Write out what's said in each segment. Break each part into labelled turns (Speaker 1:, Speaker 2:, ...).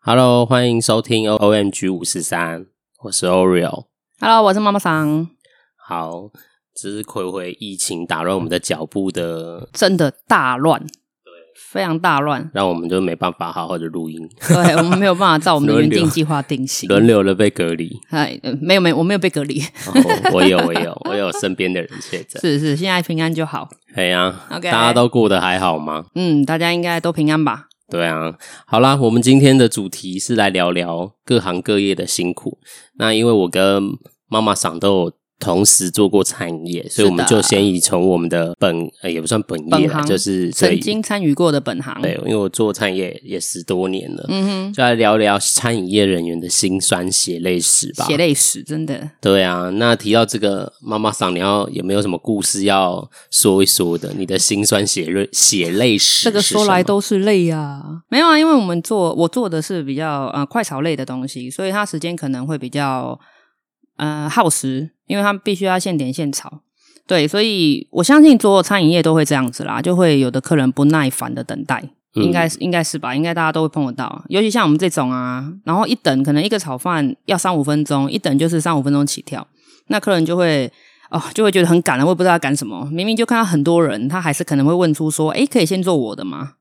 Speaker 1: Hello，欢迎收听 OMG 五四三，我是 Oreo。
Speaker 2: Hello，我是妈妈桑。
Speaker 1: 好，这是回回疫情打乱我们的脚步的，。
Speaker 2: 真的大乱，非常大乱
Speaker 1: 让我们就没办法好好的录 音，
Speaker 2: 对我们没有办法照我们的
Speaker 1: 轮
Speaker 2: 原
Speaker 1: 流
Speaker 2: 定计划定型。
Speaker 1: 轮流的被隔离。
Speaker 2: 哎，呃没有没有，我没有被隔离，
Speaker 1: 哦、我有，我有，我有身边的人确诊。
Speaker 2: 是是，现在平安就好。
Speaker 1: 哎呀
Speaker 2: OK
Speaker 1: 大家都过得还好吗？
Speaker 2: 嗯，大家应该都平安吧？
Speaker 1: 对啊，好啦，我们今天的主题是来聊聊各行各业的辛苦。那因为我跟妈妈桑都有同时做过餐饮业，所以我们
Speaker 2: 是的
Speaker 1: 就先以从我们的本呃也不算本业
Speaker 2: 本
Speaker 1: 啦，
Speaker 2: 行
Speaker 1: 就是
Speaker 2: 曾
Speaker 1: 对
Speaker 2: 经参与过的本行，
Speaker 1: 对，因为我做餐饮业也十多年了，
Speaker 2: 嗯
Speaker 1: 就来聊聊餐饮业人员的辛酸血泪史吧
Speaker 2: 哼，。血泪史真的。
Speaker 1: 对啊，那提到这个妈妈桑，你要有没有什么故事要说一说的？你的辛酸血泪血泪史，
Speaker 2: 这个说来。都是泪啊，没有啊，因为我们做我做的是比较呃快炒类的东西，所以它时间可能会比较呃耗时，因为它必须要现点现炒。对，所以我相信所有餐饮业都会这样子啦，就会有的客人不耐烦的等待，
Speaker 1: 嗯
Speaker 2: 应该是应该是吧，应该大家都会碰得到，尤其像我们这种啊，然后一等可能一个炒饭要三五分钟，一等就是三五分钟起跳，那客人就会哦，就会觉得很赶了，我也不知道他赶什么。明明就看到很多人，他还是可能会问出说：“诶，可以先做我的吗？”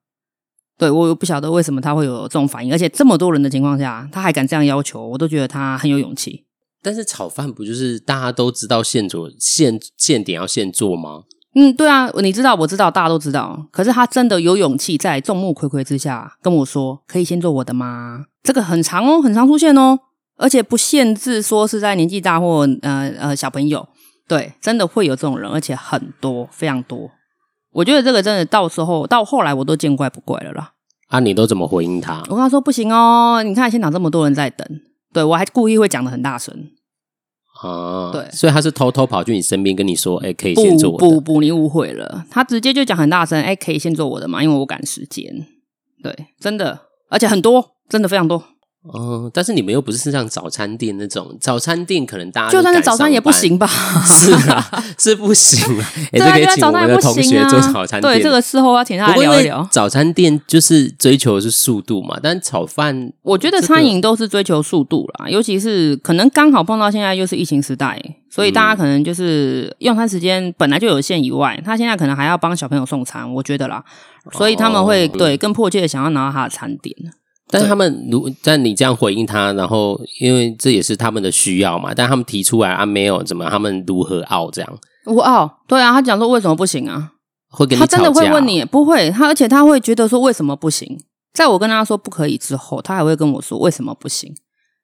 Speaker 2: 对我也不晓得为什么他会有这种反应，而且这么多人的情况下，他还敢这样要求，我都觉得他很有勇气。
Speaker 1: 但是炒饭不就是大家都知道现做现现点要现做吗？
Speaker 2: 嗯，对啊，你知道，我知道，大家都知道。可是他真的有勇气在众目睽睽之下跟我说：“可以先做我的吗？”这个很常哦，很常出现哦，而且不限制说是在年纪大或呃呃小朋友。对，真的会有这种人，而且很多，非常多。我觉得这个真的到时候到后来我都见怪不怪了啦。
Speaker 1: 啊，你都怎么回应他？
Speaker 2: 我跟他说不行哦，你看现场这么多人在等，对我还故意会讲的很大声，
Speaker 1: 啊，
Speaker 2: 对
Speaker 1: 所以他是偷偷跑去你身边跟你说，哎、可以先做
Speaker 2: 不
Speaker 1: 我
Speaker 2: 不
Speaker 1: 的。
Speaker 2: 不，你误会了，他直接就讲很大声，哎、可以先做我的嘛，因为我赶时间。对，真的，而且很多，真的非常多，
Speaker 1: 哦，但是你们又不是像早餐店那种，早餐店可能大家
Speaker 2: 就算是
Speaker 1: 啊赶上
Speaker 2: 早餐也 不
Speaker 1: 班
Speaker 2: 行吧？
Speaker 1: 是啊，是不行 啊。哎、
Speaker 2: 对
Speaker 1: 这
Speaker 2: 啊，就
Speaker 1: 可以
Speaker 2: 算
Speaker 1: 请
Speaker 2: 早
Speaker 1: 我
Speaker 2: 餐
Speaker 1: 们
Speaker 2: 也
Speaker 1: 的
Speaker 2: 不
Speaker 1: 同
Speaker 2: 行
Speaker 1: 学
Speaker 2: 啊。
Speaker 1: 做早餐店。
Speaker 2: 对，这个事后要请他
Speaker 1: 不
Speaker 2: 来
Speaker 1: 过因
Speaker 2: 聊一
Speaker 1: 为
Speaker 2: 聊。
Speaker 1: 早餐店就是追求的是速度嘛，但炒饭
Speaker 2: 我觉得
Speaker 1: 这个
Speaker 2: 餐饮都是追求速度啦，尤其是可能刚好碰到现在又是疫情时代，所以大
Speaker 1: 嗯
Speaker 2: 家可能就是用餐时间本来就有限以外，他现在可能还要帮小朋友送餐，我觉得啦，所以他们会、
Speaker 1: 哦
Speaker 2: 对更迫切的想要拿到他的餐点。
Speaker 1: 但是他们如但你这样回应他，然后因为这也是他们的需要嘛，但他们提出来啊没有怎么，他们如何傲这样
Speaker 2: 我哦，对啊，他讲说为什么不行啊？
Speaker 1: 会跟你
Speaker 2: 他
Speaker 1: 吵架、哦
Speaker 2: 真的会问，你，不会他，而且他会觉得说为什么不行？在我跟他说不可以之后，他还会跟我说为什么不行？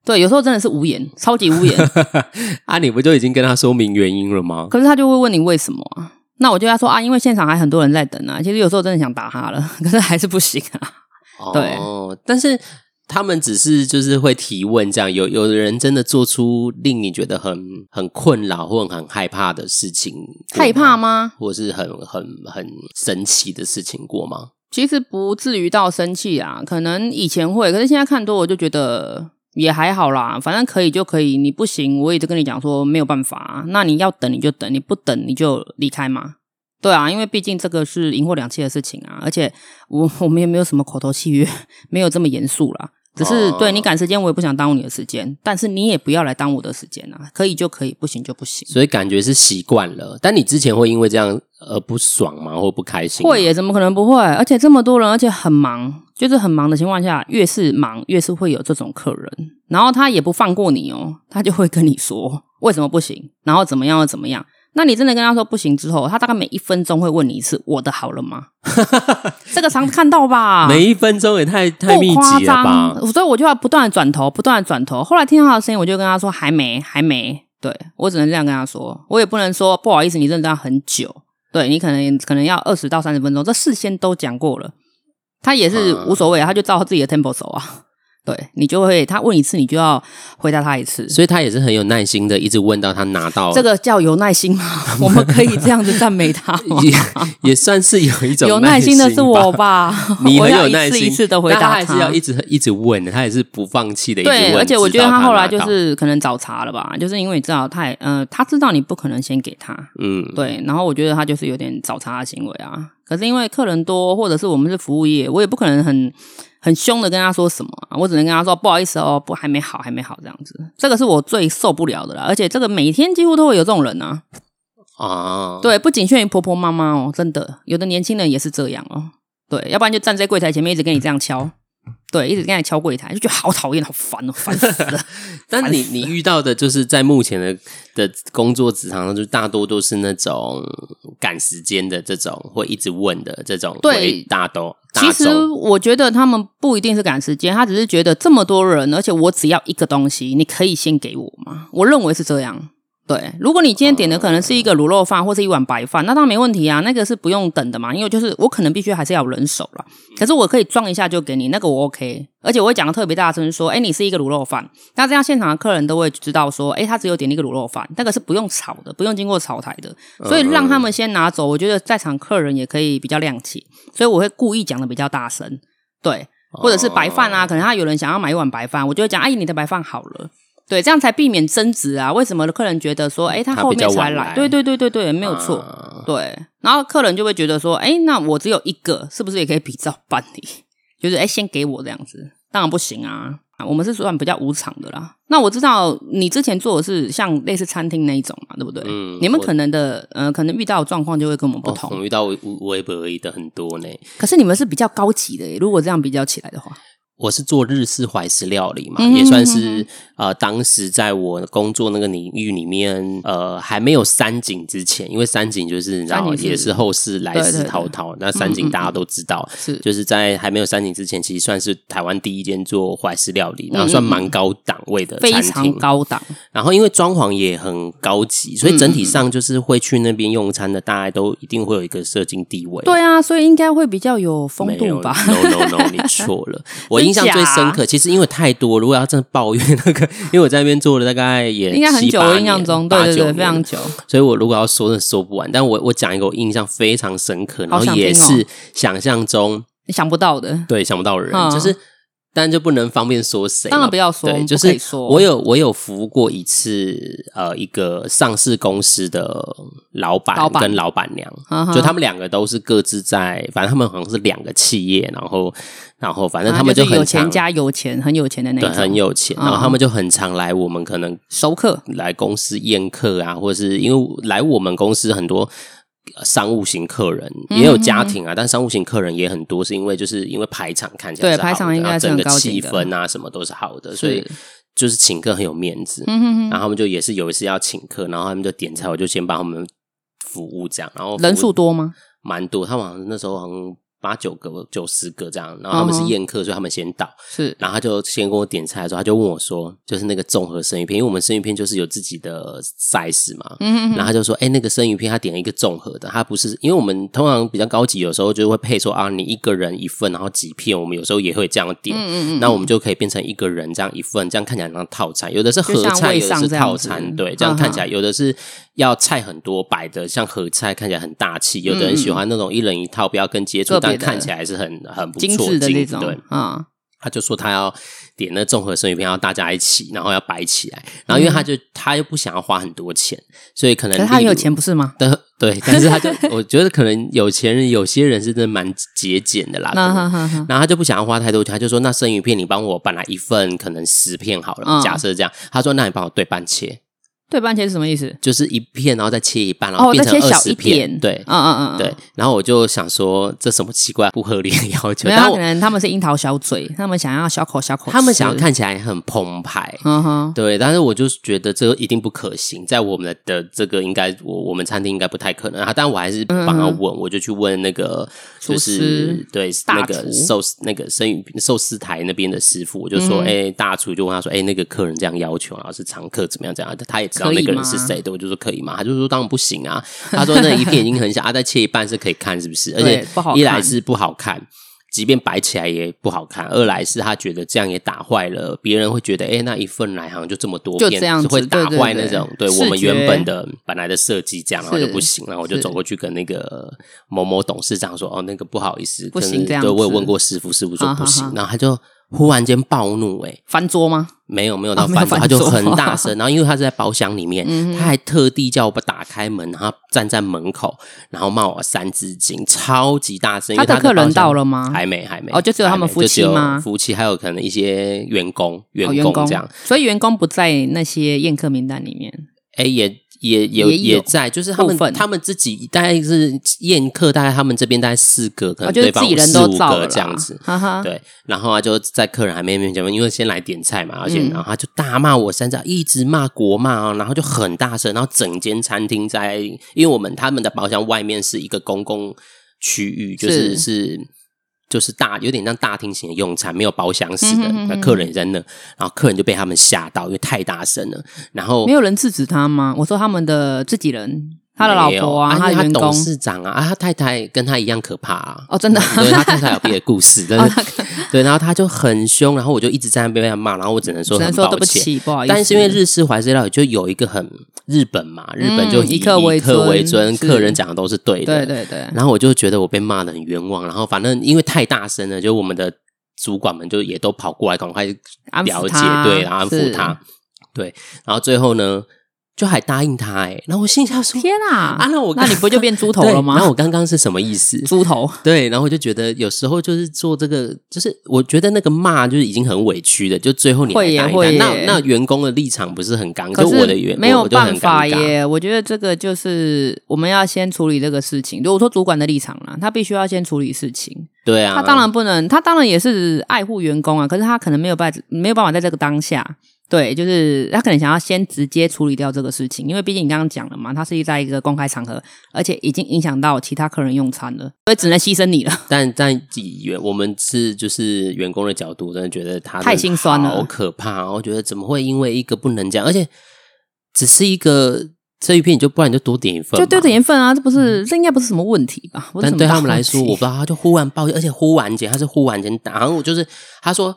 Speaker 2: 对，有时候真的是无言，超 级无言。
Speaker 1: 啊，你不就已经跟他说明原因了吗？
Speaker 2: 可是他就会问你为什么啊？那我就跟他说啊，因为现场还很多人在等啊。其实有时候真的想打他了，可是还是不行啊。 对
Speaker 1: 哦，但是他们只是就是会提问这样，有有的人真的做出令你觉得很很困扰或很害怕的事情过吗，
Speaker 2: 害怕吗？
Speaker 1: 或是很很很神奇的事情过吗？
Speaker 2: 其实不至于到生气啊，可能以前会，可是现在看多我就觉得也还好啦，反正可以就可以，你不行我也就跟你讲说没有办法、啊，那你要等你就等，你不等你就离开嘛。对啊，因为毕竟这个是赢货两期的事情啊，而且我 我们也没有什么口头契约， 没有这么严肃啦。只是、
Speaker 1: 哦
Speaker 2: 对你赶时间，我也不想耽误你的时间，但是你也不要来耽误我的时间啊，可以就可以，不行就不行。
Speaker 1: 所以感觉是习惯了，但你之前会因为这样而不爽吗？或不开心？
Speaker 2: 会耶，怎么可能不会？而且这么多人，而且很忙，就是很忙的情况下，越是忙越是会有这种客人，然后他也不放过你哦，他就会跟你说为什么不行，然后怎么样又怎么样。那你真的跟他说不行之后，他大概每一分钟会问你一次：“我的好了吗？”这个常看到吧？
Speaker 1: 每一分钟也太太密
Speaker 2: 啊不夸
Speaker 1: 集了
Speaker 2: 张
Speaker 1: 吧，？
Speaker 2: 所以我就要不断的转头，不断的转头。后来听到他的声音，我就跟他说还没，还没。对我只能这样跟他说，我也不能说不好意思，你认真要很久。对你可能可能要二十到三十分钟，这事先都讲过了。他也是
Speaker 1: 嗯
Speaker 2: 无所谓，他就照他自己的 tempo 走啊。对你就会他问一次，你就要回答他一次。
Speaker 1: 所以他也是哦很有耐心的，一直问到他拿到
Speaker 2: 这个叫有耐心吗？我们可以这样子赞美他吗？
Speaker 1: 也也算是 有一种
Speaker 2: 有
Speaker 1: 耐
Speaker 2: 耐心的是我
Speaker 1: 吧。
Speaker 2: 吧？
Speaker 1: 你
Speaker 2: 我
Speaker 1: 很
Speaker 2: 要
Speaker 1: 有
Speaker 2: 一
Speaker 1: 耐
Speaker 2: 次
Speaker 1: 心，
Speaker 2: 一次的回答
Speaker 1: 但他还是要一直一直问，他也是不放弃的，一直
Speaker 2: 对，
Speaker 1: 问
Speaker 2: 而且我
Speaker 1: 直
Speaker 2: 觉
Speaker 1: 到
Speaker 2: 得他后来
Speaker 1: 拿
Speaker 2: 就
Speaker 1: 到
Speaker 2: 是可能找茬了吧，就是因为你知道太呃，他知道你不可能先给他，
Speaker 1: 嗯，
Speaker 2: 对，然后我觉得他就是有点找茬的行为啊。可是因为客人多，或者是我们是服务业，我也不可能很很凶的跟他说什么啊、我只能跟他说不好意思哦，不还没好，还没好这样子，这个是我最受不了的啦。而且这个每天几乎都会有这种人啊，
Speaker 1: 啊，，
Speaker 2: 对，不仅限于婆婆妈妈哦，真的，有的年轻人也是这样哦，对，要不然就站在柜台前面一直跟你这样敲，对，一直跟你敲柜台，就觉得好讨厌，好烦哦，烦死了。
Speaker 1: 但你你遇到的就是在目前的的工作职场上，就大多都是那种赶时间的这种，会一直问的这种，
Speaker 2: 对
Speaker 1: 会大多
Speaker 2: 其
Speaker 1: 大
Speaker 2: 实
Speaker 1: 众
Speaker 2: 我觉得他们不一定是赶时间，他只是觉得这么多人，而且我只要一个东西，你可以先给我吗？我认为是这样。对，如果你今天点的可能是一个卤肉饭或是一碗白饭，那当然没问题啊，那个是不用等的嘛，因为就是我可能必须还是要有人手啦。可是我可以撞一下就给你，那个我 OK，而且我会讲的特别大声说，哎，你是一个卤肉饭，那这样现场的客人都会知道说，哎，他只有点了一个卤肉饭，那个是不用炒的，不用经过炒台的，所以让他们先拿走，我觉得在场客人也可以比较谅解，所以我会故意讲的比较大声，对，或者是
Speaker 1: 哦
Speaker 2: 白饭啊，可能他有人想要买一碗白饭，我就会讲，阿姨哎你的白饭好了。对，这样才避免争执啊！为什么客人觉得说，哎，他
Speaker 1: 嗯他
Speaker 2: 后
Speaker 1: 比较
Speaker 2: 面才
Speaker 1: 晚
Speaker 2: 来？
Speaker 1: 来
Speaker 2: 对对对对对，没有错。
Speaker 1: 啊
Speaker 2: 对，然后客人就会觉得说，哎，那我只有一个，是不是也可以比照办理？ 就是哎，先给我这样子，当然不行啊。啊我们是算比较无偿的啦。那我知道你之前做的是像类似餐厅那一种嘛，对不对？
Speaker 1: 嗯
Speaker 2: 你们
Speaker 1: 我
Speaker 2: 可能的呃，可能遇到的状况就会跟我们不
Speaker 1: 哦，
Speaker 2: 同。
Speaker 1: 我遇到微微博的很多呢。
Speaker 2: 可是你们是比较高级的耶，如果这样比较起来的话，
Speaker 1: 我是做日式怀石料理嘛，
Speaker 2: 嗯
Speaker 1: 也算是呃，当时在我工作那个领域里面，呃，还没有三井之前，因为三井就是你知道
Speaker 2: 三井是
Speaker 1: 也是后世来势滔滔，那三井大家都知道，
Speaker 2: 是
Speaker 1: 就是在还没有三井之前，其实算是台湾第一间做怀石料理，然后算蛮高档位的
Speaker 2: 嗯非
Speaker 1: 餐
Speaker 2: 常
Speaker 1: 厅，
Speaker 2: 高嗯档，
Speaker 1: 然后因为装潢也很高级，所以整体上就是会去那边用餐的，大概都一定会有一个社经地位。
Speaker 2: 对啊，所以应该会比较有风
Speaker 1: 没
Speaker 2: 度
Speaker 1: 有
Speaker 2: 吧？
Speaker 1: No No No，你错 了。我印象最深刻，其实因为太多，如果要真的抱怨那个，因为我在那边做了大概也
Speaker 2: 应该很
Speaker 1: 七
Speaker 2: 久，
Speaker 1: 八
Speaker 2: 我
Speaker 1: 年
Speaker 2: 印象中，对
Speaker 1: 八
Speaker 2: 对
Speaker 1: 九
Speaker 2: 对，非常
Speaker 1: 年
Speaker 2: 久。
Speaker 1: 所以我如果要说，真的说不完。但我我讲一个我印象非常深刻，然
Speaker 2: 好
Speaker 1: 后
Speaker 2: 想
Speaker 1: 也
Speaker 2: 听哦
Speaker 1: 是想象中
Speaker 2: 你想不到的，
Speaker 1: 对想不到的人，
Speaker 2: 嗯
Speaker 1: 就是。但就不能方便说谁嘛，
Speaker 2: 当然不要说我
Speaker 1: 对，
Speaker 2: 们
Speaker 1: 就
Speaker 2: 不可
Speaker 1: 是
Speaker 2: 以说
Speaker 1: 我有我有服务过一次，呃，一个上市公司的老板
Speaker 2: 老板
Speaker 1: 跟老板娘，
Speaker 2: 嗯哼
Speaker 1: 就他们两个都是各自在，反正他们好像是两个企业，然后然后反正
Speaker 2: 啊
Speaker 1: 他们
Speaker 2: 就是
Speaker 1: 很
Speaker 2: 有
Speaker 1: 常、
Speaker 2: 钱加有钱，很有钱的那一
Speaker 1: 对
Speaker 2: 种，
Speaker 1: 很有钱，
Speaker 2: 嗯
Speaker 1: 然后他们就很常来我们可能
Speaker 2: 熟客，
Speaker 1: 来公司宴客啊，或者是因为来我们公司很多。呃商务型客人也
Speaker 2: 嗯
Speaker 1: 有家庭啊，但商务型客人也很多，是因为就是因为排场看起来
Speaker 2: 对
Speaker 1: 是好的
Speaker 2: 排场应该
Speaker 1: 然后
Speaker 2: 是
Speaker 1: 整
Speaker 2: 很
Speaker 1: 个
Speaker 2: 高级
Speaker 1: 气
Speaker 2: 的
Speaker 1: 氛啊什么都是好的，所以
Speaker 2: 是
Speaker 1: 就是请客很有面子。
Speaker 2: 嗯哼哼，
Speaker 1: 然后他们就也是有一次要请客，然后他们就点菜，我就先帮他们服务这样，然后服务
Speaker 2: 人数多吗？
Speaker 1: 蛮多，他们好像那时候好像八九个、九十个这样，然后他们是
Speaker 2: 嗯哼
Speaker 1: 宴客，所以他们先到，
Speaker 2: 是
Speaker 1: 然后他就先跟我点菜的时候，他就问我说，就是那个综合生鱼片，因为我们生鱼片就是有自己的 size 嘛，
Speaker 2: 嗯
Speaker 1: 然后他就说，哎、那个生鱼片他点了一个综合的，他不是因为我们通常比较高级，有时候就会配说啊，你一个人一份，然后几片，我们有时候也会这样点，
Speaker 2: 嗯
Speaker 1: 那我们就可以变成一个人这样一份，这样看起来很像套餐，有的是
Speaker 2: 就
Speaker 1: 合
Speaker 2: 像
Speaker 1: 菜，
Speaker 2: 味
Speaker 1: 有的
Speaker 2: 上
Speaker 1: 是
Speaker 2: 这样
Speaker 1: 套
Speaker 2: 子
Speaker 1: 餐，对，这样
Speaker 2: 嗯
Speaker 1: 看起来有的是要菜很多摆的，像合菜看起来很大气，有的人
Speaker 2: 嗯
Speaker 1: 喜欢那种一人一套，不要跟接触，
Speaker 2: 个
Speaker 1: 但
Speaker 2: 别的
Speaker 1: 看起来是很很不
Speaker 2: 精
Speaker 1: 错
Speaker 2: 致的那
Speaker 1: 对
Speaker 2: 种，啊，
Speaker 1: 他就说他要点那综合生鱼片，要大家一起，然后要摆起来，然后因为他就、他又不想要花很多钱，所以可能
Speaker 2: 嗯可是他
Speaker 1: 例
Speaker 2: 很有
Speaker 1: 如
Speaker 2: 钱不是吗？
Speaker 1: 但对，但是他就我觉得可能有钱人有些人是真的蛮节俭的啦，可
Speaker 2: 那
Speaker 1: 能
Speaker 2: 哈哈哈，
Speaker 1: 然后他就不想要花太多钱，他就说：“那生鱼片你帮我本来一份可能十片好了，
Speaker 2: 嗯
Speaker 1: 假设这样。”他说：“那你帮我对半切，
Speaker 2: 对半钱是什么意思？
Speaker 1: 就是一片，然后再切一半，然后
Speaker 2: 哦，
Speaker 1: 变
Speaker 2: 再
Speaker 1: 成
Speaker 2: 切
Speaker 1: 二
Speaker 2: 小
Speaker 1: 十
Speaker 2: 一
Speaker 1: 片。
Speaker 2: 点，
Speaker 1: 对、
Speaker 2: 嗯嗯嗯，嗯
Speaker 1: 对。。然后我就想说，这什么奇怪不合理的要求？
Speaker 2: 没有，他
Speaker 1: 但
Speaker 2: 可
Speaker 1: 我
Speaker 2: 能他们是樱桃小嘴，他们想要小口小口吃，
Speaker 1: 他们想要看起来很澎湃。
Speaker 2: 嗯哼，
Speaker 1: 对，但是我就是觉得这个一定不可行，在我们的的这个应该，我我们餐厅应该不太可能啊。但我还是帮他问，我就去问那个就
Speaker 2: 嗯厨
Speaker 1: 是
Speaker 2: 师
Speaker 1: 对
Speaker 2: 大
Speaker 1: 那个
Speaker 2: 厨
Speaker 1: 寿司那个生鱼寿司台那边的师傅，我就说，哎、
Speaker 2: 嗯
Speaker 1: 大厨就问他说，哎、那个客人这样要求啊，是常客怎么样怎么样，他也知道
Speaker 2: 可以
Speaker 1: 那个人是
Speaker 2: 吗
Speaker 1: 谁的，我就说可以吗？他就说当然不行啊，他说那一片已经很小， 啊，再切一半是可以看是不是？而且
Speaker 2: 对不好
Speaker 1: 一来
Speaker 2: 看
Speaker 1: 是不好看，即便摆起来也不好看；二来是他觉得这样也打坏了别人会觉得，哎、那一份来好像就这么多
Speaker 2: 就
Speaker 1: 片，
Speaker 2: 这样子
Speaker 1: 会打
Speaker 2: 对对
Speaker 1: 坏那
Speaker 2: 对
Speaker 1: 种对
Speaker 2: 视
Speaker 1: 我们
Speaker 2: 觉
Speaker 1: 原本的本来的设计，这样然后就是不行。然后我就是走过去跟那个某某董事长说，哦，那个不好意思，
Speaker 2: 不
Speaker 1: 可
Speaker 2: 行
Speaker 1: 能
Speaker 2: 这样
Speaker 1: 对，我有
Speaker 2: 子
Speaker 1: 问过师傅，师傅说
Speaker 2: 啊
Speaker 1: 不
Speaker 2: 哈
Speaker 1: 行，
Speaker 2: 哈
Speaker 1: 然后他就。忽然间暴怒、欸，哎，
Speaker 2: 翻桌吗？
Speaker 1: 没有没有到
Speaker 2: 哦没有
Speaker 1: 翻
Speaker 2: 嗯
Speaker 1: 桌，
Speaker 2: 翻
Speaker 1: 他就
Speaker 2: 桌
Speaker 1: 很大声。然后因为他是在包厢里面，他还特地叫我打开门，然后站在门口，然后骂我三字经，超级大声。因为
Speaker 2: 他的
Speaker 1: 在
Speaker 2: 客
Speaker 1: 包
Speaker 2: 人
Speaker 1: 厢
Speaker 2: 到了吗
Speaker 1: 还没，还没。
Speaker 2: 哦就只有他们
Speaker 1: 还没
Speaker 2: 夫
Speaker 1: 就
Speaker 2: 妻
Speaker 1: 只有
Speaker 2: 吗
Speaker 1: 夫妻还有可能一些员工，员
Speaker 2: 哦，员工
Speaker 1: 这样。，
Speaker 2: 所以员工不在那些宴客名单里面。
Speaker 1: 哎、也也有
Speaker 2: 也有
Speaker 1: 在，就是他们
Speaker 2: 部分
Speaker 1: 他们自己大概是宴客，大概他们这边大概四个，可
Speaker 2: 哦，
Speaker 1: 能
Speaker 2: 就
Speaker 1: 嗯
Speaker 2: 是
Speaker 1: 对
Speaker 2: 自
Speaker 1: 方
Speaker 2: 己人
Speaker 1: 四
Speaker 2: 都
Speaker 1: 五
Speaker 2: 造了
Speaker 1: 个
Speaker 2: 啦嗯
Speaker 1: 这样子。
Speaker 2: 哈哈，
Speaker 1: 对，然后他就在客人还没面前，因为先来点菜
Speaker 2: 嗯
Speaker 1: 嘛，而且、然后他就大骂我三字，一直骂国骂啊，然后就很大声，然后整间餐厅在，因为我们他们的包厢外面是一个公共区域，就是
Speaker 2: 是
Speaker 1: 是。就是大有点像大厅型的用餐，没有包厢式的，
Speaker 2: 嗯哼嗯
Speaker 1: 那、
Speaker 2: 哼
Speaker 1: 客人也在那，然后客人就被他们吓到，因为太大声了。然后
Speaker 2: 没有人制止他吗？我说他们的自己人，他的老
Speaker 1: 没有
Speaker 2: 婆啊，
Speaker 1: 因为
Speaker 2: 的
Speaker 1: 他
Speaker 2: 员工
Speaker 1: 董。事长啊，啊，他太太跟他一样可怕啊。
Speaker 2: 哦，真的啊，哦
Speaker 1: 对他太太有别的故 事，但是、 对，然后他就很凶，然后我就一直在那边被他骂，然后我只能说
Speaker 2: 只能
Speaker 1: 很
Speaker 2: 说
Speaker 1: 抱
Speaker 2: 对不
Speaker 1: 歉。
Speaker 2: 起，不好意思。
Speaker 1: 但是因为日式怀石料理就有一个很日本嘛，日本就以
Speaker 2: 嗯以客为
Speaker 1: 以客为尊，
Speaker 2: 尊是
Speaker 1: 客人讲的都是对的。
Speaker 2: 对对对，
Speaker 1: 然后我就觉得我被骂的很冤枉，然后反正因为太大声了，就我们的主管们就也都跑过来，赶快
Speaker 2: 安
Speaker 1: 了
Speaker 2: 抚
Speaker 1: 解，
Speaker 2: 他，
Speaker 1: 对，然后安
Speaker 2: 是
Speaker 1: 抚他。，对，然后最后呢，就还答应他、欸，哎，然后我心想说，
Speaker 2: 天啊，
Speaker 1: 啊，那我
Speaker 2: 那你不就变猪头
Speaker 1: 对
Speaker 2: 了 吗？
Speaker 1: 然后我刚刚是什么意思？
Speaker 2: 猪头，
Speaker 1: 对，然后我就觉得有时候就是做这个，就是我觉得那个骂就是已经很委屈的，就最后你还
Speaker 2: 会耶
Speaker 1: 答应他
Speaker 2: 会耶
Speaker 1: 那那员工的立场不是很尴尬，
Speaker 2: 可
Speaker 1: 就是我的员
Speaker 2: 没有
Speaker 1: 我就很
Speaker 2: 办法
Speaker 1: 尴尬
Speaker 2: 耶。我觉得这个就是我们要先处理这个事情。如果说主管的立场啦，他必须要先处理事情。
Speaker 1: 对啊，
Speaker 2: 他当然不能，他当然也是爱护员工啊，可是他可能没有办没有办法在这个当下，对，就是他可能想要先直接处理掉这个事情，因为毕竟你刚刚讲了嘛，他是在一个公开场合，而且已经影响到其他客人用餐了，所以只能牺牲你了。
Speaker 1: 但但以员我们是就是员工的角度，真的觉得他
Speaker 2: 太心酸了
Speaker 1: 好可怕哦。我觉得怎么会因为一个不能讲，而且只是一个这一片，你就不然你就多点一份嘛，
Speaker 2: 就丢点缘分啊，这不是、这应该不是什么问题吧？不是什
Speaker 1: 但
Speaker 2: 么
Speaker 1: 对
Speaker 2: 大
Speaker 1: 他们来
Speaker 2: 问题
Speaker 1: 说，我不知道，他就忽然暴气，而且忽然间，他是忽然间打，然后我就是他说。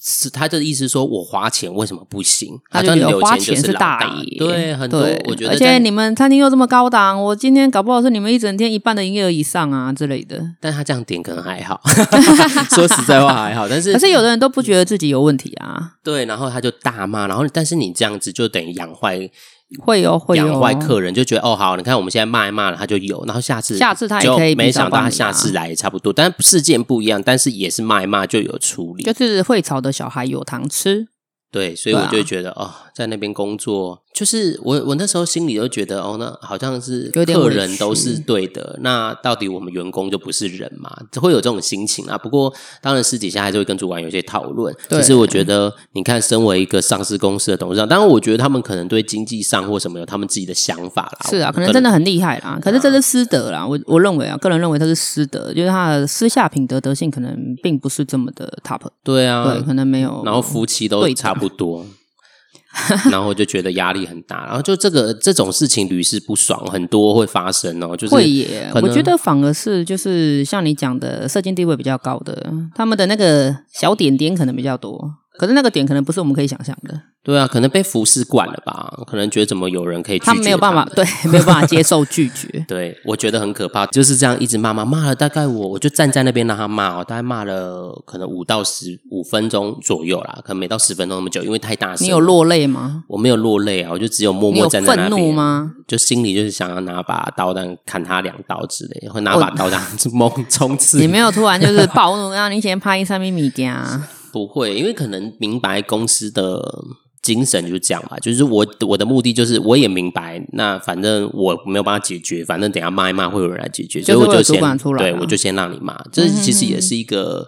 Speaker 1: 是他的意思说，我花钱为什么不行？
Speaker 2: 他
Speaker 1: 就
Speaker 2: 就觉得
Speaker 1: 留
Speaker 2: 花
Speaker 1: 钱
Speaker 2: 钱
Speaker 1: 就是老
Speaker 2: 大爷，
Speaker 1: 对很多
Speaker 2: 对
Speaker 1: 我觉得
Speaker 2: 而
Speaker 1: 在
Speaker 2: 且你们餐厅又这么高档，我今天搞不好是你们一整天一半的营业额以上啊之类的。
Speaker 1: 但他这样点可能还 好，说实在话还好，但是
Speaker 2: 可是有的人都不觉得自己有问题啊，
Speaker 1: 对，然后他就大骂，然后但是你这样子就等于养坏
Speaker 2: 会有会有
Speaker 1: 养坏客人，就觉得哦好，你看我们现在骂一骂了，他就有，然后下次
Speaker 2: 下次他也
Speaker 1: 就
Speaker 2: 可以
Speaker 1: 没
Speaker 2: 比较
Speaker 1: 想到
Speaker 2: 帮
Speaker 1: 他
Speaker 2: 你
Speaker 1: 下
Speaker 2: 啊
Speaker 1: 次来也差不多，但事件不一样，但是也是骂一骂就有处理，
Speaker 2: 就是会吵的小孩有糖吃，
Speaker 1: 对，所以
Speaker 2: 对
Speaker 1: 我
Speaker 2: 啊
Speaker 1: 就会觉得、哦，在那边工作，就是我我那时候心里就觉得哦，那好像是
Speaker 2: 有点
Speaker 1: 客
Speaker 2: 委
Speaker 1: 人都是
Speaker 2: 屈
Speaker 1: 对的，那到底我们员工就不是人嘛？会有这种心情啊。不过当然私底下还是会跟主管有些讨论。
Speaker 2: 对
Speaker 1: 就是我觉得，你看，身为一个上市公司的董事长，当然我觉得他们可能对经济上或什么有他们自己的想法啦。
Speaker 2: 是啊，
Speaker 1: 我
Speaker 2: 可能真的很厉害啦。可是这是私德啦，我我认为啊，个人认为他是私德，就是他的私下品德德性可能并不是这么的 top，
Speaker 1: 对啊，
Speaker 2: 对，可能没有。
Speaker 1: 然后夫妻都
Speaker 2: 对哦的
Speaker 1: 差不多， 然后我就觉得压力很大，然后就这个这种事情屡试不爽，很多会发生哦，就是
Speaker 2: 会耶，
Speaker 1: 可
Speaker 2: 我
Speaker 1: 能
Speaker 2: 觉得反而是就是像你讲的，社经地位比较高的，他们的那个小点点可能比较多，可是那个点可能不是我们可以想象的，
Speaker 1: 对啊，可能被服侍惯了吧，可能觉得怎么有人可以拒绝
Speaker 2: 他们没有办法
Speaker 1: 们。，。
Speaker 2: 对，没有办法接受拒绝
Speaker 1: 对，我觉得很可怕，就是这样一直骂骂骂了，大概我我就站在那边让他骂哦，大概骂了可能五到十五分钟左右啦，可能没到十分钟那么久，因为太大声。
Speaker 2: 你有？落泪吗？
Speaker 1: 我没有落泪啊，我就只有默
Speaker 2: 你
Speaker 1: 默
Speaker 2: 有
Speaker 1: 站在那
Speaker 2: 愤
Speaker 1: 边。
Speaker 2: 怒？吗？
Speaker 1: 就心里就是想要拿把刀，但砍他两刀之类，或拿把刀这样 猛冲刺。
Speaker 2: 哦你没有突然就是暴怒，让你先拍一三米米的啊？
Speaker 1: 不会，因为可能明白公司的精神就是这样吧，就是我我的目的就是我也明白，那反正我没有办法解决，反正等一下骂一骂会有人来解决，所
Speaker 2: 就
Speaker 1: 以
Speaker 2: 是
Speaker 1: 我
Speaker 2: 会有
Speaker 1: 先
Speaker 2: 主管出来啊嗯
Speaker 1: 对我就先让你骂，这其实也是一个。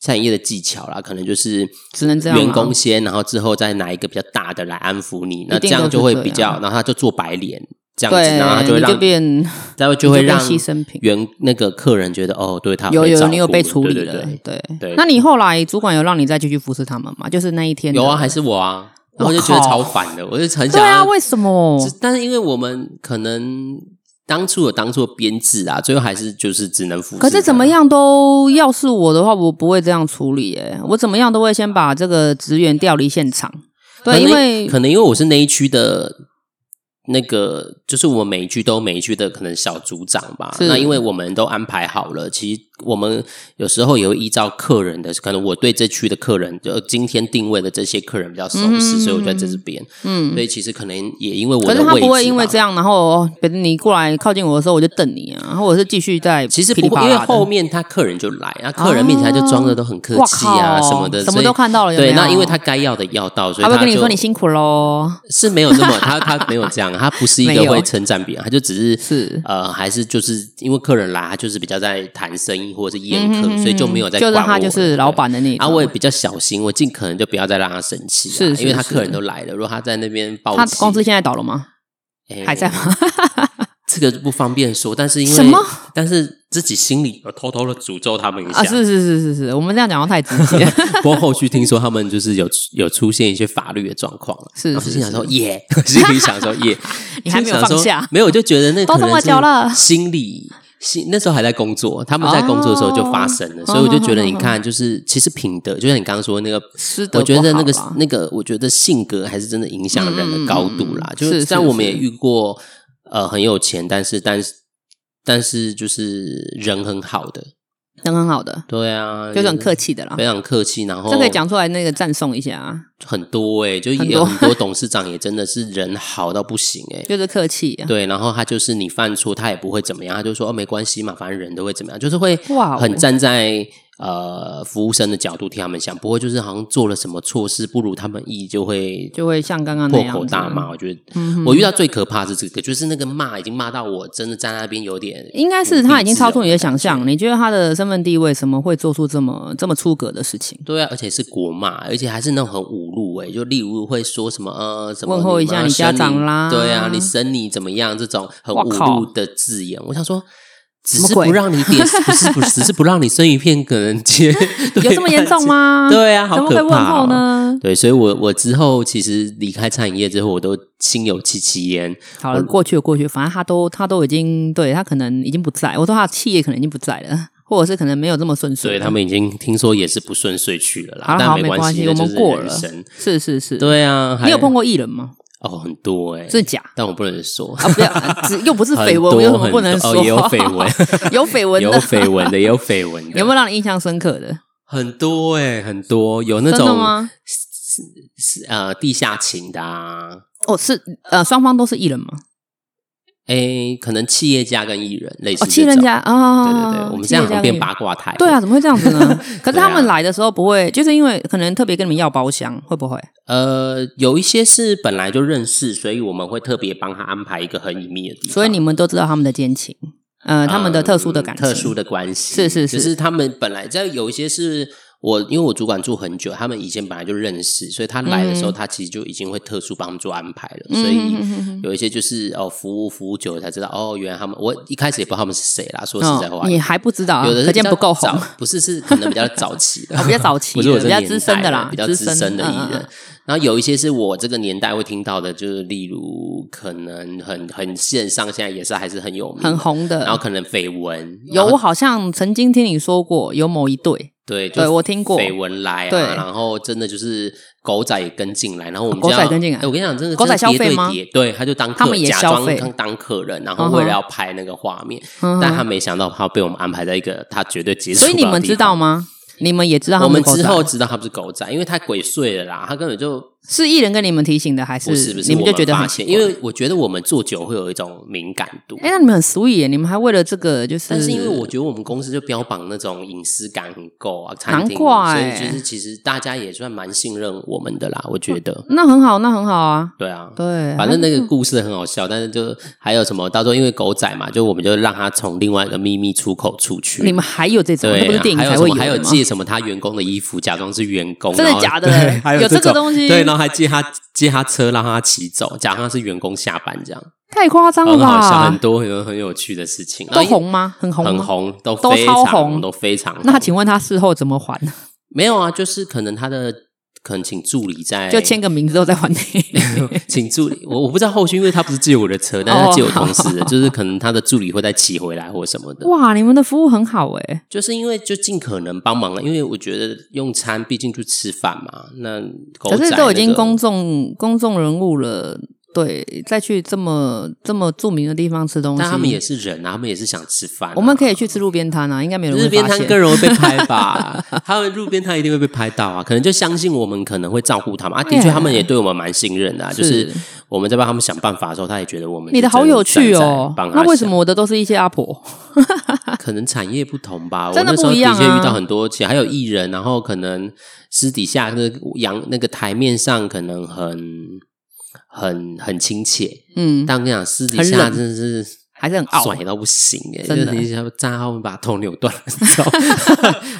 Speaker 1: 餐饮业的技巧啦，可能就是
Speaker 2: 只能这样啦
Speaker 1: 员工先，然后之后再拿一个比较大的来安抚你，那
Speaker 2: 一
Speaker 1: 这
Speaker 2: 定都是
Speaker 1: 样就会比
Speaker 2: 这
Speaker 1: 较，
Speaker 2: 样啊
Speaker 1: 然后他就做白脸这样子，
Speaker 2: 对，
Speaker 1: 然后他就会
Speaker 2: 你就
Speaker 1: 让，
Speaker 2: 变
Speaker 1: 然后就会
Speaker 2: 你就
Speaker 1: 让
Speaker 2: 变牺牲品
Speaker 1: 员那个客人觉得哦，对他
Speaker 2: 有
Speaker 1: 被照
Speaker 2: 有
Speaker 1: 顾
Speaker 2: 你有被处理
Speaker 1: 对
Speaker 2: 了
Speaker 1: 对对，
Speaker 2: 对
Speaker 1: 对
Speaker 2: 那你后来主管有让你再继续服侍他们吗？就是那一天的
Speaker 1: 有啊，还是我啊，然后
Speaker 2: 我
Speaker 1: 就觉得超
Speaker 2: 靠
Speaker 1: 烦的，我就很
Speaker 2: 对
Speaker 1: 想
Speaker 2: 啊？
Speaker 1: 要。
Speaker 2: 为什么？
Speaker 1: 只但是因为我们可能当初有当初的编制啊，最后还是就是只能服侍。
Speaker 2: 可是怎么？样都，要是我的话，我不会这样处理、欸。我怎么样都会先把这个职员调离现场。对，
Speaker 1: 可能
Speaker 2: 因为
Speaker 1: 可能因为我是那一区的。那个就是我们每一区都有每一区的可能小组长吧，
Speaker 2: 是
Speaker 1: 那因为我们都安排好了，其实我们有时候也会依照客人的，可能我对这区的客人，就今天定位的这些客人比较熟悉，所以我就在这边。嗯，所以其实可能也因为我
Speaker 2: 嗯可是
Speaker 1: 的
Speaker 2: 他
Speaker 1: 位置
Speaker 2: 不
Speaker 1: 吧，
Speaker 2: 会因为这样，然后哦别你过来靠近我的时候，我就瞪你啊，然后我是继续在
Speaker 1: 其实
Speaker 2: 噼
Speaker 1: 不
Speaker 2: 里
Speaker 1: 会，
Speaker 2: 啪
Speaker 1: 因为
Speaker 2: 啦的。
Speaker 1: 后面他客人就来，然后客人面前他就装的都很客气啊
Speaker 2: 哇靠
Speaker 1: 什么的，
Speaker 2: 什么
Speaker 1: 所以
Speaker 2: 都看到了有没
Speaker 1: 对，
Speaker 2: 有
Speaker 1: 那因为他该要的要到，所以
Speaker 2: 他会 跟你
Speaker 1: 就
Speaker 2: 说你辛苦喽，
Speaker 1: 是没有这么，他他没有这样，他不是一
Speaker 2: 没
Speaker 1: 个
Speaker 2: 有
Speaker 1: 会称赞别 人，他就只是
Speaker 2: 是
Speaker 1: 呃，还是就是因为客人来，他就是比较在谈生意或者是宴客，所以就没有在
Speaker 2: 嗯就
Speaker 1: 管
Speaker 2: 是
Speaker 1: 我。
Speaker 2: 他就是老板的那
Speaker 1: 啊，
Speaker 2: 种。
Speaker 1: 我也比较小心，我尽可能就不要再让他生气啊、
Speaker 2: 是是
Speaker 1: 因为他
Speaker 2: 是
Speaker 1: 客人都来了，如果他在那边暴
Speaker 2: 他
Speaker 1: 气，
Speaker 2: 公司现在倒了吗？
Speaker 1: 哎
Speaker 2: 还在吗？
Speaker 1: 这个不方便说，但是因为
Speaker 2: 什么？
Speaker 1: 但是自己心里有偷偷的诅咒他们一下。
Speaker 2: 啊，是是是是是，我们这样讲话太直接。
Speaker 1: 不过后续听说他们就是有有出现一些法律的状况了，
Speaker 2: 是
Speaker 1: 然后就是心想说耶， 心里想说耶，
Speaker 2: 你还没有
Speaker 1: 就想说
Speaker 2: 放下
Speaker 1: 没有，我就觉得那
Speaker 2: 都
Speaker 1: 可能
Speaker 2: 这么
Speaker 1: 是
Speaker 2: 久了
Speaker 1: 心里心那时候还在工作，他们在工作的时候就发生了，
Speaker 2: 哦
Speaker 1: 所以我就觉得你看，就是其实品德，就像你刚刚说的那个。
Speaker 2: 是的，
Speaker 1: 我觉得那个
Speaker 2: 不好吧
Speaker 1: 那个，我觉得性格还是真的影响人的高度啦。
Speaker 2: 嗯嗯嗯
Speaker 1: 就是
Speaker 2: 是
Speaker 1: 虽然我们
Speaker 2: 是
Speaker 1: 也遇过呃很有钱，但是但是但是就是人很好的，
Speaker 2: 人很好的，
Speaker 1: 对啊，
Speaker 2: 就是很客气的啦
Speaker 1: 非。常客气，然后
Speaker 2: 这可以讲出来，那个赞颂一下，啊，
Speaker 1: 很多哎、就也
Speaker 2: 很
Speaker 1: 有
Speaker 2: 多
Speaker 1: 很多董事长也真的是人好到不行 哎、
Speaker 2: 就是客气啊。
Speaker 1: 对，然后他就是你犯错，他也不会怎么样，他就说哦没关系嘛，反正人都会怎么样，就是会
Speaker 2: 哇哦
Speaker 1: 很站在呃服务生的角度替他们想，不会就是好像做了什么错事不如他们意，就会
Speaker 2: 就会像刚刚那
Speaker 1: 破
Speaker 2: 样
Speaker 1: 口大
Speaker 2: 子嗯
Speaker 1: 骂。我觉得、我遇到最可怕是这个，就是那个骂已经骂到我真的在那边有点
Speaker 2: 应该是他已经超出你的想
Speaker 1: 无地自容感觉
Speaker 2: 象，你觉得他的身份地位什么会做出这么这么出格的事 情？
Speaker 1: 对啊，而且是国骂，而且还是那种很侮辱哎、就例如会说什么呃什么
Speaker 2: 问候一下
Speaker 1: 妈
Speaker 2: 你家
Speaker 1: 生
Speaker 2: 长啦
Speaker 1: 对啊，你生你怎么样这种很
Speaker 2: 哇
Speaker 1: 侮
Speaker 2: 靠
Speaker 1: 辱的字眼，我想说。只
Speaker 2: 什么
Speaker 1: 是不
Speaker 2: 鬼
Speaker 1: 让你点，不是不是，只是不让你生鱼片可能 接，
Speaker 2: 有这么严重？吗？
Speaker 1: 对啊，好
Speaker 2: 怎么
Speaker 1: 可
Speaker 2: 会问
Speaker 1: 怕哦
Speaker 2: 候呢？
Speaker 1: 对，所以我我之后其实离开餐饮业之后，我都心有戚戚焉。
Speaker 2: 好了，过去了过去了，反正他都他都已经对他可能已经不在，我说他的企业可能已经不在了，或者是可能没有这么顺遂
Speaker 1: 对
Speaker 2: 了。
Speaker 1: 他们已经听说也是不顺遂去了
Speaker 2: 好
Speaker 1: 啦，
Speaker 2: 了好
Speaker 1: 但
Speaker 2: 了没
Speaker 1: 关
Speaker 2: 关系，
Speaker 1: 那
Speaker 2: 我
Speaker 1: 就
Speaker 2: 们
Speaker 1: 是
Speaker 2: 过
Speaker 1: 人
Speaker 2: 了
Speaker 1: 生。
Speaker 2: 是是是，
Speaker 1: 对啊，
Speaker 2: 你有碰
Speaker 1: 过
Speaker 2: 过艺人吗？
Speaker 1: 哦，很多哎，
Speaker 2: 是假
Speaker 1: 但我不能说
Speaker 2: 啊，不要，只又不是绯
Speaker 1: 很
Speaker 2: 闻，
Speaker 1: 多
Speaker 2: 我有什么不能
Speaker 1: 很多
Speaker 2: 说？
Speaker 1: 哦也有绯闻
Speaker 2: 有绯闻
Speaker 1: 有
Speaker 2: 的，
Speaker 1: 绯闻的，也有绯闻的，
Speaker 2: 有没有让你印象深刻的？
Speaker 1: 很多哎、很多有那
Speaker 2: 真的
Speaker 1: 种
Speaker 2: 吗？
Speaker 1: 是呃地下情的啊，
Speaker 2: 哦，是呃，双方都是艺人吗？
Speaker 1: 哎、可能企业家跟艺人类似这
Speaker 2: 哦，
Speaker 1: 种、
Speaker 2: 七人家啊，
Speaker 1: 对对对，我们现在好像变
Speaker 2: 八。
Speaker 1: 八卦台，
Speaker 2: 对啊，，怎么会这样 子呢？可是他
Speaker 1: 对
Speaker 2: 们
Speaker 1: 啊
Speaker 2: 来的时候不会，就是因为可能特别跟你们要包厢，会不会？
Speaker 1: 呃，有一些是本来就认识，所以我们会特别帮他安排一个很隐秘的地方，
Speaker 2: 所以你们都知道他们的奸情，呃，他们的特殊的感情，
Speaker 1: 啊嗯特殊的关系，
Speaker 2: 是是是
Speaker 1: 只是他们本来在有一些是我，因为我主管住很久，他们以前本来就认识，所以他来的
Speaker 2: 嗯
Speaker 1: 时候，他其实就已经会特殊帮他们做安排了，所以。有一些就是哦，服务服务久了才知道哦，原来他们我一开始也不知道他们是谁啦。说实在话，
Speaker 2: 哦，你还不知道啊，
Speaker 1: 有的
Speaker 2: 可
Speaker 1: 是比
Speaker 2: 见
Speaker 1: 较
Speaker 2: 不够红
Speaker 1: 早，，不是是可能比较早期的
Speaker 2: 哦，比较早期
Speaker 1: 不
Speaker 2: 的
Speaker 1: 是我这个
Speaker 2: 比较
Speaker 1: 年
Speaker 2: 资深的啦
Speaker 1: 代比较
Speaker 2: 资
Speaker 1: 资
Speaker 2: 深
Speaker 1: 深的
Speaker 2: 嗯
Speaker 1: 艺
Speaker 2: 嗯
Speaker 1: 人。然后有一些是我这个年代会听到的，就是例如可能很很线上，现在也是还是很有名，
Speaker 2: 很红的。
Speaker 1: 然后可能绯闻
Speaker 2: 有，
Speaker 1: 然
Speaker 2: 我
Speaker 1: 后
Speaker 2: 好像曾经听你说过，有某一对，
Speaker 1: 对，就
Speaker 2: 对我听过
Speaker 1: 绯闻来啊，
Speaker 2: 对哦
Speaker 1: 然后真的就是狗仔也跟进来，然后我们
Speaker 2: 狗仔
Speaker 1: 这样
Speaker 2: 跟进来
Speaker 1: 哎我跟你讲，真的
Speaker 2: 狗仔
Speaker 1: 真的叠
Speaker 2: 消费
Speaker 1: 对
Speaker 2: 吗
Speaker 1: 叠对，他就当
Speaker 2: 他
Speaker 1: 客
Speaker 2: 们也
Speaker 1: 假
Speaker 2: 消
Speaker 1: 装
Speaker 2: 费
Speaker 1: 当当客人，然
Speaker 2: 嗯
Speaker 1: 后
Speaker 2: 哼
Speaker 1: 为了要拍那个画面，
Speaker 2: 嗯哼
Speaker 1: 但他没想到他被我们安排在一个他绝对接触，
Speaker 2: 所以你们知道。吗？你们也知道他
Speaker 1: 我们
Speaker 2: 狗
Speaker 1: 之
Speaker 2: 仔
Speaker 1: 后知道他不是狗仔，因为他鬼祟了啦，他根本就是
Speaker 2: 艺人跟你们提醒的，还
Speaker 1: 不是不是，
Speaker 2: 你们
Speaker 1: 我
Speaker 2: 就觉得
Speaker 1: 发
Speaker 2: 很奇
Speaker 1: 现，
Speaker 2: 怪？
Speaker 1: 因为我觉得我们做久会有一种敏感度，
Speaker 2: 哎，那你们很俗野，你们还为了这个就是，
Speaker 1: 但是因为我觉得我们公司就标榜那种隐私感很够啊，餐厅，
Speaker 2: 难怪欸
Speaker 1: 所以就是其实大家也算蛮信任我们的啦，我觉得，
Speaker 2: 那很好，那很好啊，
Speaker 1: 对啊。
Speaker 2: 哦对，
Speaker 1: 反正那个故事很好笑，但是就还有什么，到时候因为狗仔嘛，就我们就让他从另外一个秘密出口出去。
Speaker 2: 你们还有这种，
Speaker 1: 对
Speaker 2: 那不是
Speaker 1: 啊，
Speaker 2: 电影
Speaker 1: 还有
Speaker 2: 才
Speaker 1: 什
Speaker 2: 会
Speaker 1: 么还有
Speaker 2: 的吗？
Speaker 1: 借什么他员工的衣服，假装是员工，
Speaker 2: 真的
Speaker 1: 然后
Speaker 2: 假的哎
Speaker 1: 对还
Speaker 2: 有这
Speaker 1: 这
Speaker 2: 个东西
Speaker 1: 对，然后还借他借他车让他骑走，假装他是员工下班这样，
Speaker 2: 太夸张了
Speaker 1: 很好笑，
Speaker 2: 吧
Speaker 1: 很？多很多很有趣的事情，
Speaker 2: 都
Speaker 1: 然后
Speaker 2: 红吗？很红
Speaker 1: 很
Speaker 2: 吗？
Speaker 1: 红，都
Speaker 2: 都
Speaker 1: 非
Speaker 2: 超
Speaker 1: 常
Speaker 2: 红
Speaker 1: 都非常红。
Speaker 2: 那请问他事后怎么还？
Speaker 1: 没有啊，就是可能他的可能请助理在
Speaker 2: 就签个名之后再还你。
Speaker 1: 请助理，我我不知道后续，因为他不是借我的车，但是他
Speaker 2: 哦
Speaker 1: 借我同事的，就是可能他的助理会再骑回来或什么的，
Speaker 2: 哇，你们的服务很好哎，
Speaker 1: 就是因为就尽可能帮忙了，因为我觉得用餐毕竟就吃饭嘛，那狗仔、
Speaker 2: 可
Speaker 1: 那个、
Speaker 2: 是都已经公众公众人物了，对，再去这么这么著名的地方吃东西，
Speaker 1: 但他们也是人啊，他们也是想吃饭啊、
Speaker 2: 我们可以去吃路边摊啊，应该没有人
Speaker 1: 路
Speaker 2: 会
Speaker 1: 边
Speaker 2: 发
Speaker 1: 摊
Speaker 2: 现。
Speaker 1: 更容易被拍吧？ 他们路边摊一定会被拍到啊，可能就相信我们可能会照顾他们啊。的确，
Speaker 2: Yeah
Speaker 1: 他们也对我们蛮信任的、啊，就是
Speaker 2: 是
Speaker 1: 我们在帮他们想办法的时候，他也觉得我们
Speaker 2: 你的
Speaker 1: 是真
Speaker 2: 好有趣
Speaker 1: 站在
Speaker 2: 哦
Speaker 1: 帮，他
Speaker 2: 那为什
Speaker 1: 想
Speaker 2: 么我的都是一些阿婆？
Speaker 1: 可能产业不同吧，
Speaker 2: 真的
Speaker 1: 我那时候
Speaker 2: 不一样啊
Speaker 1: 的确遇到很多，且还有艺人，然后可能私底下那个阳那个台面上可能很很很亲切，
Speaker 2: 嗯，
Speaker 1: 但我跟你讲，私底
Speaker 2: 很
Speaker 1: 下
Speaker 2: 冷
Speaker 1: 真的是
Speaker 2: 还是很傲。
Speaker 1: 甩到不行哎、
Speaker 2: 真
Speaker 1: 就
Speaker 2: 的
Speaker 1: 是你想站在后面把头扭断了之 后，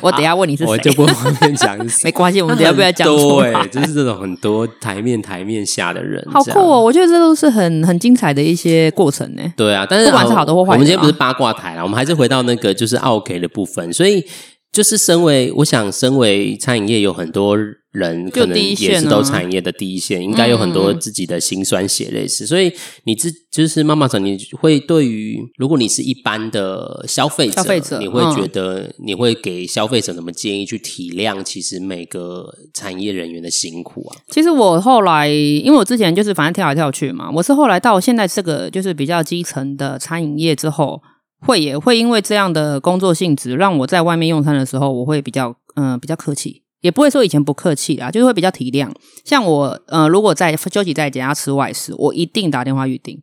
Speaker 2: 我等一下问你是谁，
Speaker 1: 我哦就不方便讲是
Speaker 2: 没
Speaker 1: 谁。
Speaker 2: 关系，我们等一下不要讲 出
Speaker 1: 对，
Speaker 2: 来。
Speaker 1: 就是这种很多台面台面下的人，
Speaker 2: 好
Speaker 1: 这
Speaker 2: 酷
Speaker 1: 样
Speaker 2: 哦！我觉得这都是很很精彩的一些过程呢。
Speaker 1: 对啊，但是
Speaker 2: 不管是好的或坏的啊
Speaker 1: 我们今天不是八卦台啦，我们还是回到那个就是奥 K 的部分。所以就是身为，我想身为餐饮业有很多人
Speaker 2: 就
Speaker 1: 可能
Speaker 2: 第一线啊
Speaker 1: 也是都产业的第一
Speaker 2: 嗯
Speaker 1: 线，应该有很多自己的辛酸血泪史。所以你自就是妈妈长，你会对于如果你是一般的消费者，
Speaker 2: 消费者
Speaker 1: 你会
Speaker 2: 嗯
Speaker 1: 觉得你会给消费者什么建议去体谅？其实每个产业人员的辛苦啊，
Speaker 2: 其实我后来，因为我之前就是反正跳来跳去嘛，我是后来到现在这个就是比较基层的餐饮业之后，会也会因为这样的工作性质，让我在外面用餐的时候，我会比较嗯、呃比较客气，也不会说以前不客气啊，就是会比较体谅。像我呃如果在休息在家吃外食，我一定打电话预定，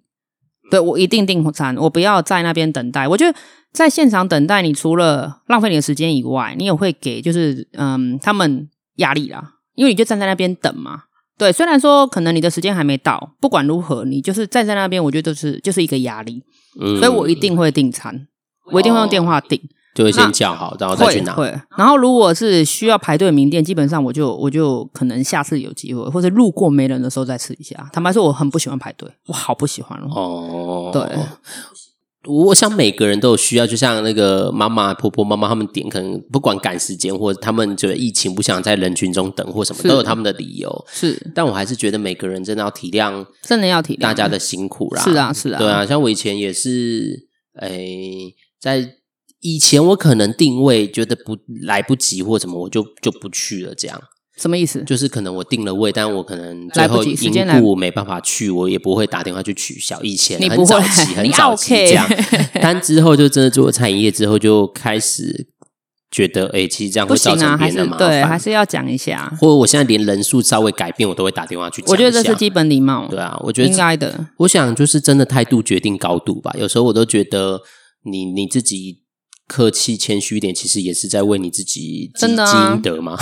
Speaker 2: 对我一定订餐，我不要在那边等待。我觉得在现场等待，你除了呃浪费你的时间以外，你也会给就是嗯他们压力啦，因为你就站在那边等嘛。对，虽然说可能你的时间还没到，不管如何，你就是站在那边，我觉得就是就是一个压力，
Speaker 1: 嗯，
Speaker 2: 所以我一定会订餐，我一定会用电话订。
Speaker 1: 就会先
Speaker 2: 那
Speaker 1: 叫好，然后哦再去拿。
Speaker 2: 会。然后如果是需要排队的名店，基本上我就我就可能下次有机会，或者路过没人的时候再吃一下。坦白说，我很不喜欢排队，我好不喜欢哦。
Speaker 1: 哦，
Speaker 2: 对。
Speaker 1: 我想每个人都有需要，就像那个妈妈、婆婆、妈妈他们点，可能不管赶时间，或者他们觉得疫情不想在人群中等，或什么，
Speaker 2: 是
Speaker 1: 都有他们的理由。
Speaker 2: 是
Speaker 1: 但我还是觉得每个人真的要体谅
Speaker 2: 真的要体谅
Speaker 1: 大家的辛苦啦。
Speaker 2: 是，啊，是啊，
Speaker 1: 对啊，像我以前也是，诶、在以前我可能定位觉得不来不及或什么，我就就不去了这样。
Speaker 2: 什么意思？
Speaker 1: 就是可能我定了位，但我可能最后
Speaker 2: 来不及时间
Speaker 1: 因
Speaker 2: 来
Speaker 1: 故没办法去，我也不会打电话去取消。以前
Speaker 2: 你
Speaker 1: 很
Speaker 2: 不会
Speaker 1: 早期，很
Speaker 2: 你
Speaker 1: 早期
Speaker 2: OK
Speaker 1: 这样， 但之后就真的做餐饮业之后，就开始觉得，哎、其实这样
Speaker 2: 不
Speaker 1: 会
Speaker 2: 行
Speaker 1: 造成
Speaker 2: 啊，
Speaker 1: 别
Speaker 2: 还
Speaker 1: 人的
Speaker 2: 是
Speaker 1: 麻
Speaker 2: 对，
Speaker 1: 烦。
Speaker 2: 还是要讲一下。
Speaker 1: 或者我现在连人数稍微改变，我都会打电话去讲一下。
Speaker 2: 我觉得这是基本礼貌，
Speaker 1: 对啊，我觉得
Speaker 2: 应该的。
Speaker 1: 我想就是真的态度决定高度吧。有时候我都觉得你你自己客气谦虚一点，其实也是在为你自己积
Speaker 2: 真的
Speaker 1: 积
Speaker 2: 啊
Speaker 1: 阴德 嘛。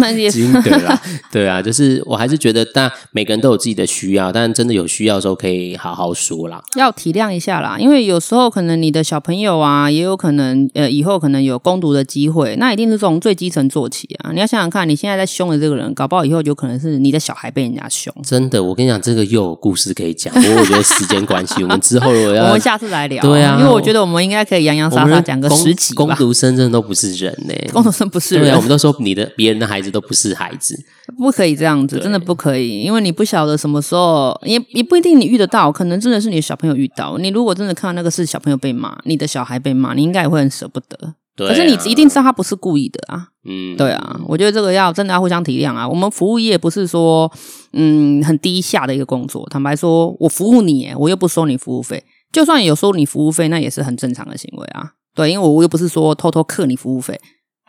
Speaker 2: 那也
Speaker 1: 积
Speaker 2: 是
Speaker 1: 阴德啦，对啊，就是我还是觉得，但每个人都有自己的需要，但真的有需要的时候可以好好说啦。
Speaker 2: 要体谅一下啦，因为有时候可能你的小朋友啊，也有可能呃，以后可能有攻读的机会，那一定是从最基层做起啊。你要想想看，你现在在凶的这个人，搞不好以后有可能是你的小孩被人家凶。
Speaker 1: 真的，我跟你讲，这个又有故事可以讲。不过我觉得时间关系，我们之后如果要
Speaker 2: 我们下次来聊，
Speaker 1: 啊对啊
Speaker 2: 因为我觉得我们应该可以洋洋
Speaker 1: 我
Speaker 2: 洒
Speaker 1: 们
Speaker 2: 洒
Speaker 1: 的
Speaker 2: 讲个
Speaker 1: 攻
Speaker 2: 十集
Speaker 1: 攻
Speaker 2: 吧。
Speaker 1: 读生真的都不是人呢、
Speaker 2: 工读生不 是
Speaker 1: 对啊，
Speaker 2: 人
Speaker 1: 我，们都说你的别人的孩子都不是孩子，
Speaker 2: 不可以这样子，真的不可以，因为你不晓得什么时候，也也不一定你遇得到，可能真的是你的小朋友遇到。你如果真的看到那个是小朋友被骂，你的小孩被骂，你应该也会很舍不得。
Speaker 1: 对、啊
Speaker 2: 可是你一定，知道他不是故意的啊。
Speaker 1: 嗯，
Speaker 2: 对啊，我觉得这个要真的要互相体谅啊。我们服务业不是说嗯很低下的一个工作，坦白说，我服务你耶，我又不收你服务费，就算有收你服务费，那也是很正常的行为啊。对，因为我又不是说偷偷克你服务费，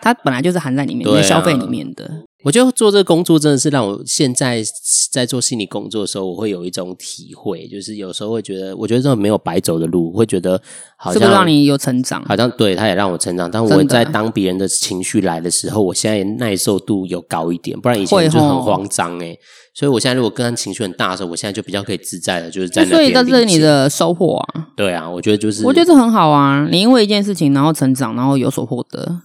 Speaker 2: 它本来就是含在里面，你
Speaker 1: 对啊
Speaker 2: 的消费里面的。
Speaker 1: 我觉得做这个工作真的是让我现在在做心理工作的时候，我会有一种体会，就是有时候会觉得，我觉得这种没有白走的路，会觉得好
Speaker 2: 是
Speaker 1: 像
Speaker 2: 不是让你有成长？
Speaker 1: 好像对他也让我成长，但
Speaker 2: 真
Speaker 1: 我
Speaker 2: 的啊
Speaker 1: 在当别人的情绪来的时候，我现在也耐受度有高一点，不然以前
Speaker 2: 会
Speaker 1: 就是很
Speaker 2: 吼
Speaker 1: 慌张哎、所以我现在如果跟他情绪很大的时候，我现在就比较可以自在的，就是在那
Speaker 2: 所以
Speaker 1: 边
Speaker 2: 这
Speaker 1: 理
Speaker 2: 是你
Speaker 1: 解
Speaker 2: 的收获啊，
Speaker 1: 对啊，我觉得就是
Speaker 2: 我觉得这很好啊。你因为一件事情然后成长，然后有所获得，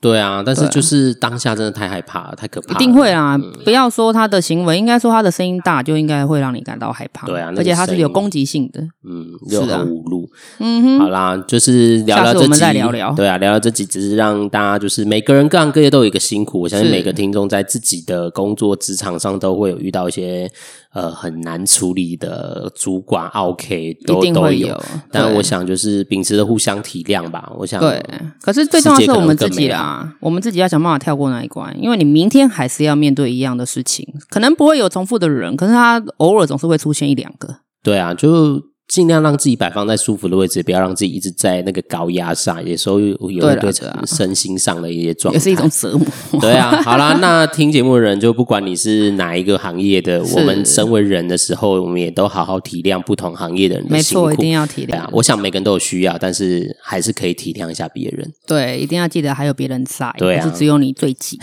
Speaker 1: 对啊，但是
Speaker 2: 对
Speaker 1: 就是当下真的嗯太害怕了，太可怕
Speaker 2: 一
Speaker 1: 了，
Speaker 2: 定会啊！不要说他的行为，应该说他的声音大就应该会让你感到害怕。
Speaker 1: 对啊那个
Speaker 2: 而且他是有
Speaker 1: 声音
Speaker 2: 攻击性的。
Speaker 1: 嗯，又
Speaker 2: 是啊
Speaker 1: 很无路。
Speaker 2: 嗯哼，
Speaker 1: 好啦，就是聊聊
Speaker 2: 下次
Speaker 1: 这
Speaker 2: 我
Speaker 1: 集，
Speaker 2: 们再聊聊
Speaker 1: 对啊，聊聊这集，只是让大家就是每个人各行各业都有一个辛苦。我相信
Speaker 2: 是
Speaker 1: 每个听众在自己的工作职场上都会有遇到一些呃很难处理的主管，OK，都
Speaker 2: 一定
Speaker 1: 都
Speaker 2: 会
Speaker 1: 有。。但
Speaker 2: 对
Speaker 1: 我想就是秉持着互相体谅吧。我想
Speaker 2: 对，可是最重要
Speaker 1: 世界
Speaker 2: 是
Speaker 1: 可
Speaker 2: 我
Speaker 1: 能
Speaker 2: 们
Speaker 1: 更
Speaker 2: 自己
Speaker 1: 美好
Speaker 2: 啦，我们自己要想办法跳过那一关，因为你明天还是要面对一样的事情，可能不会有重复的人，可是他偶尔总是会出现一两个。
Speaker 1: 对啊，就尽量让自己摆放在舒服的位置，不要让自己一直在那个高压上，有时候有
Speaker 2: 对
Speaker 1: 会
Speaker 2: 啦
Speaker 1: 对
Speaker 2: 对啊
Speaker 1: 身心上的一些状态，
Speaker 2: 也是一 种折磨。
Speaker 1: 对啊，好啦，那听节目的人就不管你是哪一个行业的，
Speaker 2: 是
Speaker 1: 我们身为人的时候，我们也都好好体谅不同行业的人的
Speaker 2: 没
Speaker 1: 辛苦。
Speaker 2: 错，一定要体
Speaker 1: 对啊
Speaker 2: 谅，。
Speaker 1: 我想每个人都有需要，但是还是可以体谅一下别人。
Speaker 2: 对，一定要记得还有别人在，
Speaker 1: 对啊
Speaker 2: 不是只有你最急。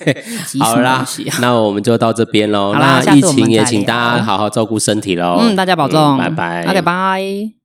Speaker 2: 急
Speaker 1: 好
Speaker 2: 什么
Speaker 1: 啦
Speaker 2: 东西啊？，
Speaker 1: 那我们就到这边喽。
Speaker 2: 好啦
Speaker 1: 那
Speaker 2: 下次
Speaker 1: 疫
Speaker 2: 我们
Speaker 1: 情也
Speaker 2: 再
Speaker 1: 请
Speaker 2: 聊嗯
Speaker 1: 大家好好照顾身体喽。
Speaker 2: 嗯，大家保重，
Speaker 1: 拜拜。
Speaker 2: OK，拜。